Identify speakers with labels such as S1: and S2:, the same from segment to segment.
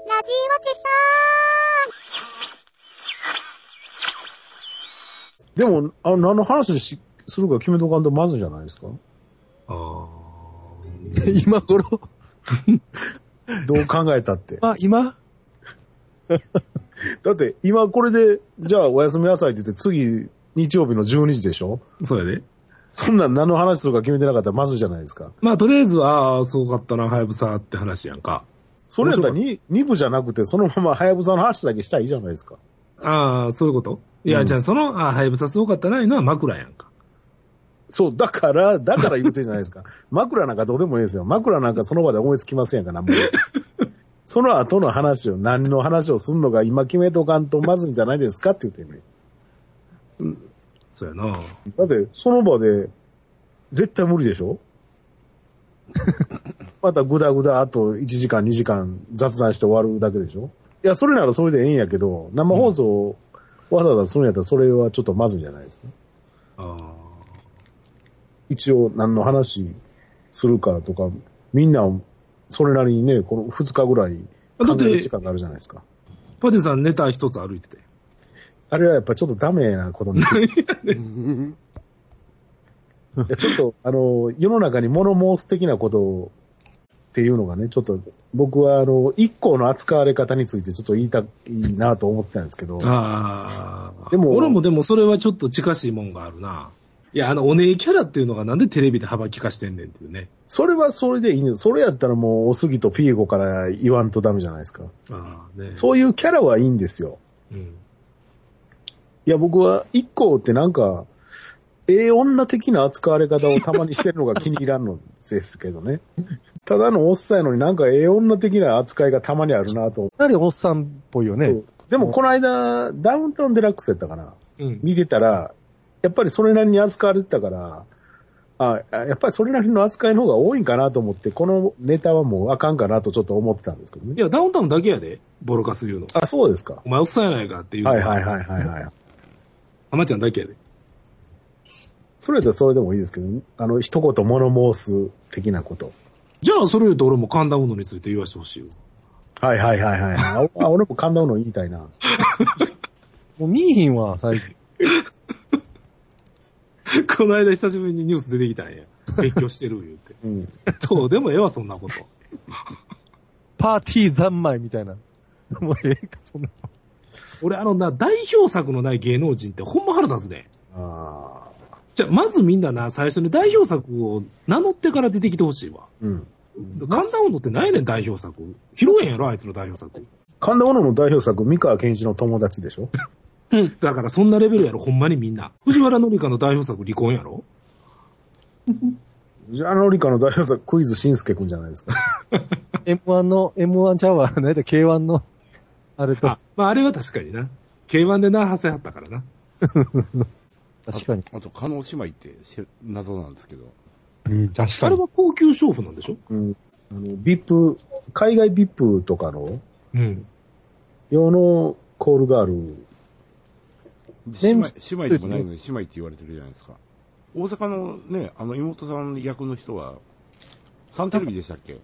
S1: ちそ
S2: でも、あの、何の話しするか決めとかんとまずいじゃないですか。
S3: ああ。
S4: 今頃
S2: どう考えたって。
S4: あ、今
S2: だって、今これで、じゃあお休みなさいって言って、次、日曜日の12時でしょ
S3: そうやで。
S2: そんなん何の話するか決めてなかったらまずいじゃないですか。
S3: まあ、とりあえずは、ああ、すごかったな、はやぶさって話やんか。
S2: それやったら 2, 部じゃなくて、そのままハヤブサの話だけしたらいいじゃないですか。
S3: ああ、そういうこといや、
S2: うん
S3: じゃあその、ああ、はやぶさすごかったな、いうのは枕やんか。
S2: そう、だから、だから言ってるじゃないです か。枕なんかどうでもいいですよ。枕なんかその場で思いつきませんやんか、なん も。その後の話を、何の話をすんのか今決めとかんとまずいんじゃないですかって言ってるね。
S3: そうやな。
S2: だって、その場で、絶対無理でしょ またぐだぐだあと1時間2時間雑談して終わるだけでしょいや、それならそれでええんやけど、生放送をわざわざするんやったらそれはちょっとまずいじゃないですか。
S3: ああ。
S2: 一応何の話するかとか、みんなそれなりにね、この2日ぐらい
S3: だ
S2: 考
S3: っ
S2: える
S3: て
S2: 時、間があるじゃないですか。
S3: パティさんネタ一つ歩いてて。
S2: あれはやっぱちょっとダメなことになる。い
S4: うん
S2: やちょっと、あの、世の中に物申す的なことをっていうのがね、ちょっと僕はあの、一個の扱われ方についてちょっと言いたいなと思ってたんですけど、
S3: ああ。
S2: でも
S3: 俺もでもそれはちょっと近しいもんがあるな。いや、あの、おねえキャラっていうのがなんでテレビで幅利かしてんねんっていうね。
S2: それはそれでいいのそれやったらもう、おすぎとピーゴから言わんとダメじゃないですか。
S3: ああ、ね。
S2: そういうキャラはいいんですよ。
S3: うん。
S2: いや、僕は、一個ってなんか、ええ女的な扱われ方をたまにしてるのが気に入らんのですけど ね。ただのおっさんやのになんかええ女的な扱いがたまにあるなと。
S4: かなりおっさんっぽいよ
S2: そ
S4: ね
S2: う。でもこの間、ダウンタウンデラックスやったかな。
S3: うん。
S2: 見てたら、やっぱりそれなりに扱われてたから、ああやっぱりそれなりの扱いの方が多いんかなと思って、このネタはもうあかんかなとちょっと思ってたんですけど
S3: い
S2: ね。
S3: や、ダウンタウンだけやで、ボロカス言うの。
S2: あ、そうですか。
S3: お前おっさんやないかっていう。
S2: はいはいはいはいはい。
S3: 浜ちゃんだけやで。
S2: それでそれでもいいですけど、あの、一言物申す的なこと。
S3: じゃあ、それ言うと俺も神田うのについて言わしてほしいよ。
S2: はいはいはいはい。あおあ俺も神田うの言いたいな。
S4: もう見えひんわ、最近。
S3: この間久しぶりにニュース出てきた んや。勉強してる言うて。
S2: うん。
S3: どうでもええわ、そんなこと。
S4: パーティー三昧みたいな。もうええか、そんな。
S3: 俺、あのな、代表作のない芸能人ってほんま腹立つね。
S2: ああ。
S3: じゃあ、まずみんなな、最初に代表作を名乗ってから出てきてほしいわ。
S2: うん。
S3: 神田うのって何やねん、代表作。披露宴やろ、あいつの代表作。
S2: 神田小野の代表作、三河健一の友達でしょ
S3: うん。だから、そんなレベルやろ、ほんまにみんな。藤原紀香の代表作、離婚やろ
S2: ジャーノリカの代表作、クイズしんすけくんじゃないですか。
S4: M1 の、M1 ちゃうわ、なんだ、K1 の、あれと
S3: あ。、まあ、あれは確かにな。K1 でな、派生あったからな。
S4: 確かに。
S5: あと、加納姉妹ってし謎なんですけど、
S6: うん、確
S3: あ
S6: か
S3: れ
S6: に。
S3: は高級娼婦なんでしょ
S2: うん。あの、ビップ、海外ビップとかの
S3: うん。
S2: 用のコールがある。
S5: 姉
S4: 全部
S5: 妹姉妹でもないのに姉妹って言われてるじゃないですか。大阪のね、あの妹さん役の人は、サンテレビでしたっけ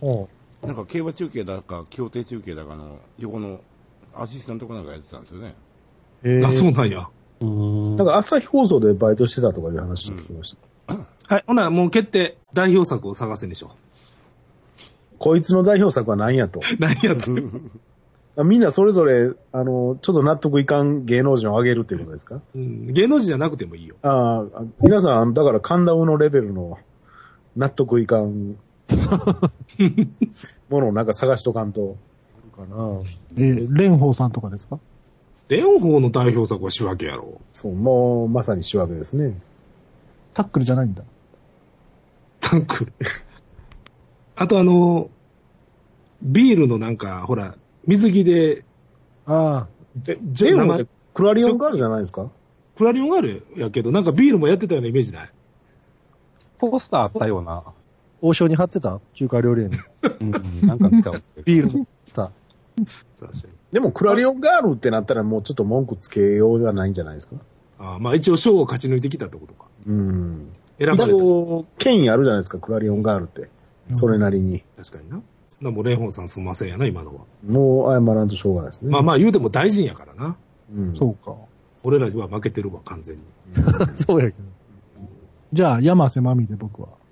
S4: おう
S5: なんか競馬中継だか、競艇中継だかの横のアシスタントかなんかやってたんですよね。
S4: えー
S3: あ、そうなんや。
S6: うーん。
S2: なんか朝日放送でバイトしてたとかいう話を聞きました。
S3: はい、ほな、もう決定。代表作を探せんでしょ。
S2: こいつの代表作は何やと。
S3: 何やって。
S2: みんなそれぞれ、あの、ちょっと納得いかん芸能人を挙げるっていうことですか
S3: うん、芸能人じゃなくてもいいよ。
S2: ああ、皆さん、だから神田うのレベルの納得いか んものをなんか探しとかんと。
S4: かな。
S6: えー、蓮舫さんとかですか
S3: 蓮舫の代表作は仕分けやろ。
S2: そう、もうまさに仕分けですね。
S6: タックルじゃないんだ。
S3: タンク。 あとあの、ビールのなんか、ほら、水着で、
S4: あ
S2: で、ジ
S3: じ
S2: ェ
S3: ゃ
S2: イ
S3: あ
S2: ホンってクラリオンガールじゃないですか
S3: クラリオンがあるやけど、なんかビールもやってたようなイメージない
S6: ポスターあったような。
S4: あ、王将に貼ってた中華料理園に。
S6: うん、なんか見たわ。
S4: ビールのスター。
S2: でもクラリオンガールってなったらもうちょっと文句つけようじゃないんじゃないですか
S3: あーまあ一応賞を勝ち抜いてきたってことか。
S2: うん。
S3: 選ばれた。
S2: 一応、権威あるじゃないですか、クラリオンガールって。それなりに。
S3: 確かにな。なもう、蓮舫さんすんませんやな、今のは。
S2: もう謝らんとしょうがないですね。
S3: まあまあ、言うても大臣やからな。
S2: うん、
S6: そうか。
S3: 俺らは負けてるわ、完全に。
S4: そうやけど。
S6: じゃあ、山瀬まみで僕は。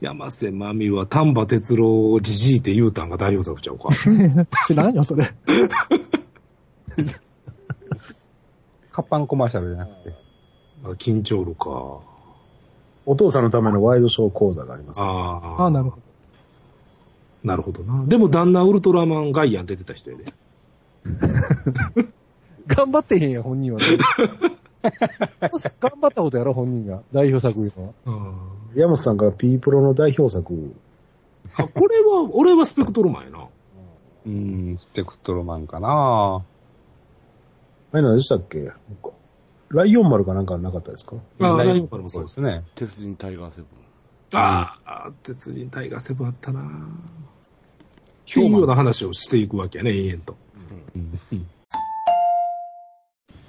S3: 山瀬まみは丹波哲郎をじじいって言うたんが代表作ちゃ うか。
S6: 知らんよ、それ。
S1: カッパのコマーシャルじゃなくて。
S3: あ緊張るか。
S2: お父さんのためのワイドショー講座があります。
S3: あ
S6: あ
S3: あ、
S6: あ、なるほ
S3: なるほどな。でも旦那ウルトラマンガイアン出てた人やで。
S4: 頑張ってへんやん、本人は。もし頑張ったことやろ、本人が。代表作いうのは。
S2: 山本さんが P プロの代表作、
S3: あこれは、俺はスペクトルマンやな。
S1: うーん、スペクトロマンかな
S2: あれ何でしたっけライオン丸かなんかなかったですか
S3: あ
S1: う
S3: あ、
S1: ん
S3: ライオンからもそ
S1: そ
S3: で。
S1: ううですすね。
S5: 鉄人タイガーセブン。
S3: ああ、鉄人タイガーセブンあったな。っていうような話をしていくわけやね、延々と。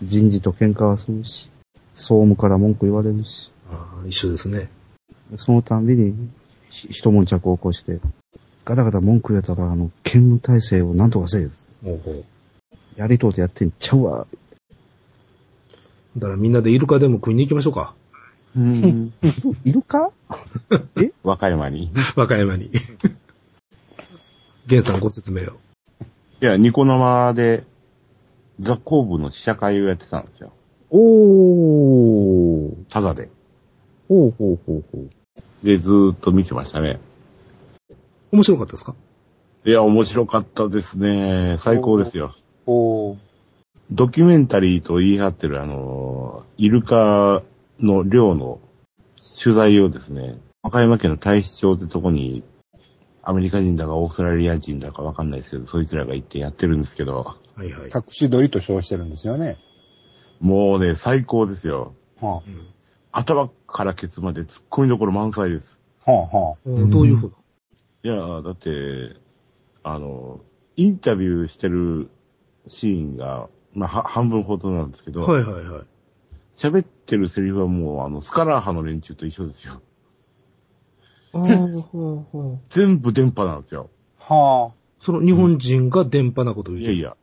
S7: 人事と喧嘩はするし、総務から文句言われるし、
S3: ああ、一緒ですね。
S7: そのたんびにひ一悶着を起こして、ガタガタ文句言えたら、あの、兼務体制をなんとかせえよ。
S3: ほうほう
S7: やりとうてやってんちゃうわ。
S3: だからみんなでイルカでも食いに行きましょうか。
S7: うん。いるか
S8: 和歌山に。
S3: 和歌山 に。源さんご説明を。
S8: いや、ニコ生で、雑工部の試写会をやってたんですよ。
S7: おー。
S8: タダで。
S7: ほうほうほうほう。
S8: で、ずーっと見てましたね。
S3: 面白かったですか
S8: いや、面白かったですね。最高ですよ。
S1: おー。
S8: ドキュメンタリーと言い張ってる、あの、イルカの漁の取材をですね、和歌山県の大使町ってとこに、アメリカ人だかオーストラリア人だかわかんないですけど、そいつらが行ってやってるんですけど、
S3: はいはい。
S1: 隠し撮りと称してるんですよね。
S8: もうね、最高ですよ。
S1: は
S8: 頭からケツまで突っ込みどころ満載です。
S1: あ、はあ、はあ。
S3: うんどういうふうない
S8: やー、だって、あの、インタビューしてるシーンが、まあ、は半分ほどなんですけど、
S3: はいはいはい。
S8: 喋ってるセリフはもう、あの、スカラー派の連中と一緒ですよ。 全部電波なんですよ。
S1: は
S3: その日本人が電波なことを
S8: い
S3: 言っ
S8: や
S3: て
S8: いや。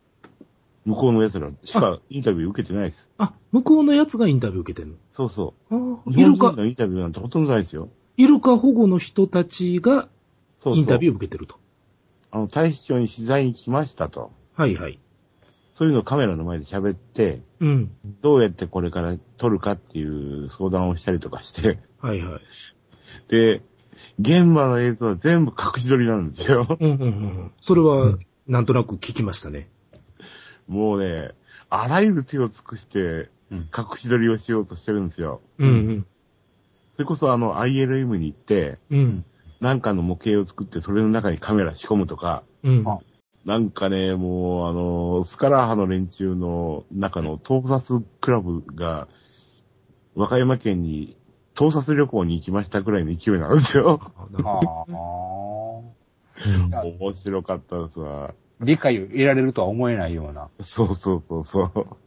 S8: 向こうの奴らしかインタビュー受けてないです。
S3: あ、向こうのやつがインタビュー受けてんの。
S8: そうそ
S3: あ
S8: う。
S3: ー
S8: 日
S3: イ
S8: 本
S3: ル
S8: 人
S3: カ、
S8: のインタビューなんてほとんどないですよ。
S3: イルカ保護の人たちが
S8: そうそう。
S3: インタビュ
S8: ー
S3: ーを受けてると。
S8: あの、大使庁に取材に来ましたと。
S3: はいはい。
S8: そういうのをカメラの前で喋って、
S3: うん。
S8: どうやってこれから撮るかっていう相談をしたりとかして、
S3: はいはい。
S8: で、現場の映像は全部隠し撮りなんですよ。
S3: うんうんうんうん。それは、なんとなく聞きましたね。
S8: もうね、あらゆる手を尽くして、
S1: うん
S8: 隠し撮りをしようとしてるんですよ。
S3: うん
S8: それこそあの ILM に行って、
S3: うん。うん。
S8: なんかの模型を作って、それの中にカメラ仕込むとか、
S3: うん。
S1: あ
S8: なんかね、もう、あの、スカラー派の連中の中の盗撮クラブが、和歌山県に盗撮旅行に行きましたくらいの勢いなんですよ。
S3: あな
S1: あ、
S3: るほど
S1: は あ。
S8: 面白かったですわ。
S1: 理解を得られるとは思えないような。
S8: そうそうそうそ
S1: は
S6: ど。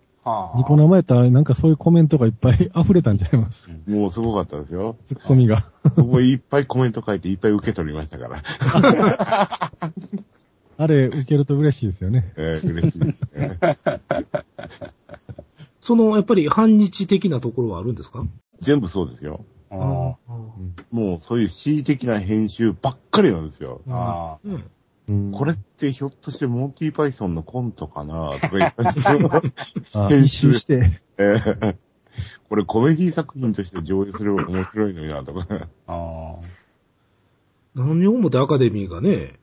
S6: ニコ生やったら、なんかそういうコメントがいっぱい溢れたんじゃないます
S8: う。もうすごかったですよ。
S6: ツッコミが。
S8: 僕もいっぱいコメント書いていっぱい受け取りましたから。
S6: あれ、受けると嬉しいですよね。
S8: えー嬉しいですね。
S3: その、やっぱり反日的なところはあるんですか
S8: 全部そうですよ。
S1: あ
S8: もうそういう恣意的な編集ばっかりなんですよ。
S1: あ。あ
S3: うん。
S6: うん
S8: これってひょっとしてモンティパイソンのコントかなとか言ったり して
S6: あ
S8: 編
S6: 一
S8: 集
S6: 周して。
S8: えーこれコメディ作品として上映すれば面白いのになとか。
S1: あ。あ
S3: 何をもってアカデミーがね、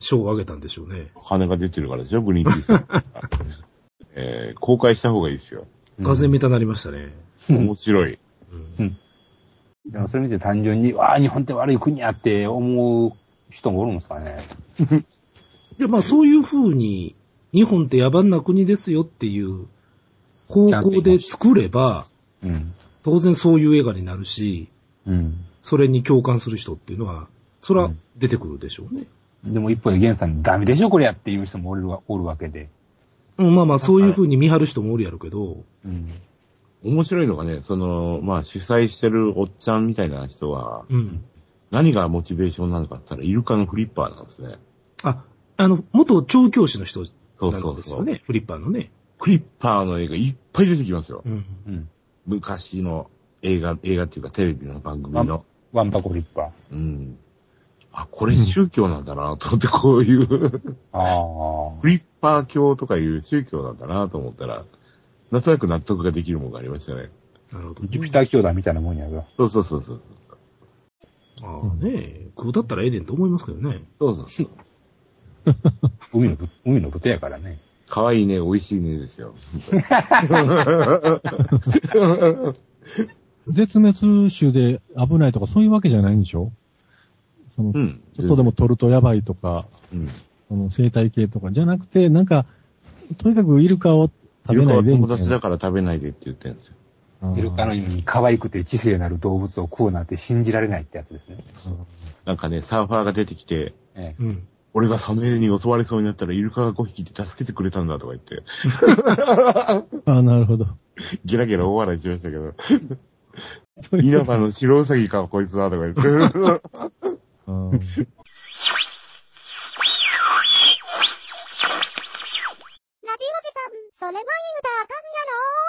S3: 賞をあげたんでしょうね。
S8: 金が出てるからですよ、グリーンピースさんとか。えー公開した方がいいですよ。
S3: ガゼミタになりましたね。
S8: 面白い。
S3: うん
S1: でもそれ見て単純に、わあ、日本って悪い国やって思う人もおるんですかね。
S3: で、まあそういうふうに、日本って野蛮な国ですよっていう方向で作れば、
S1: うん。
S3: 当然そういう映画になるし、
S1: うん。
S3: それに共感する人っていうのは、それは出てくるでしょうね。
S1: でも一方でゲンさんにダメでしょこれやっていう人もおるわおるわけで。
S3: うん、まあまあそういうふうに見張る人もおるやろうけど、
S1: うん。
S8: 面白いのがね、その、まあ主催してるおっちゃんみたいな人は、
S3: うん。
S8: 何がモチベーションなのかって言ったら、イルカのフリッパーなんですね。
S3: あ、あの、元調教師の人
S8: そう
S3: な
S8: そ
S3: ん
S8: う
S3: です
S8: そ
S3: よ
S8: う。
S3: ね、フリッパーのね。
S8: フリッパーの映画いっぱい出てきますよ。
S3: うん。
S1: うん。
S8: 昔の映画、映画っていうかテレビの番組の。
S1: ワンパコフリッパー。
S8: うん。あ、これ宗教なんだなと思って、こういう、フ
S1: ああ。
S8: リッパー教とかいう宗教なんだなと思ったら、なんとなく納得ができるものがありましたね。
S3: なるほど。
S1: ジュピター教団みたいなもんやぞ。
S8: そうそうそうそうそう。
S3: ああねえ、食うだったらええねんと思いますけどね。
S8: そうそうそう。
S1: 海のぶ、海の豚やからね。
S8: かわいいね、美味しいねですよ。
S6: 絶滅種で危ないとかそういうわけじゃないんでしょその
S8: う、ん。
S6: ちょっとでも取るとやばいとか、
S8: うん。
S6: その生態系とかじゃなくて、なんか、とにかくイルカを食べないで
S8: イルカ
S6: み
S8: は友
S6: たい
S8: 達
S6: な
S8: だ。から食べないでって言ってるんですよ。
S6: あー
S1: イルカのように可愛くて知性のある動物を食うなんて信じられないってやつですね。
S8: なんかね、サーファーが出てきて、
S1: ええ
S3: うん。
S8: 俺がサメに襲われそうになったらイルカが5匹で助けてくれたんだとか言って、
S6: あー、なるほど。
S8: ゲラゲラ大笑いしましたけ ど、稲葉の白ウサギか、こいつはとか言って。
S6: あー
S9: ラジオジさん、それは言うたらあかんやろ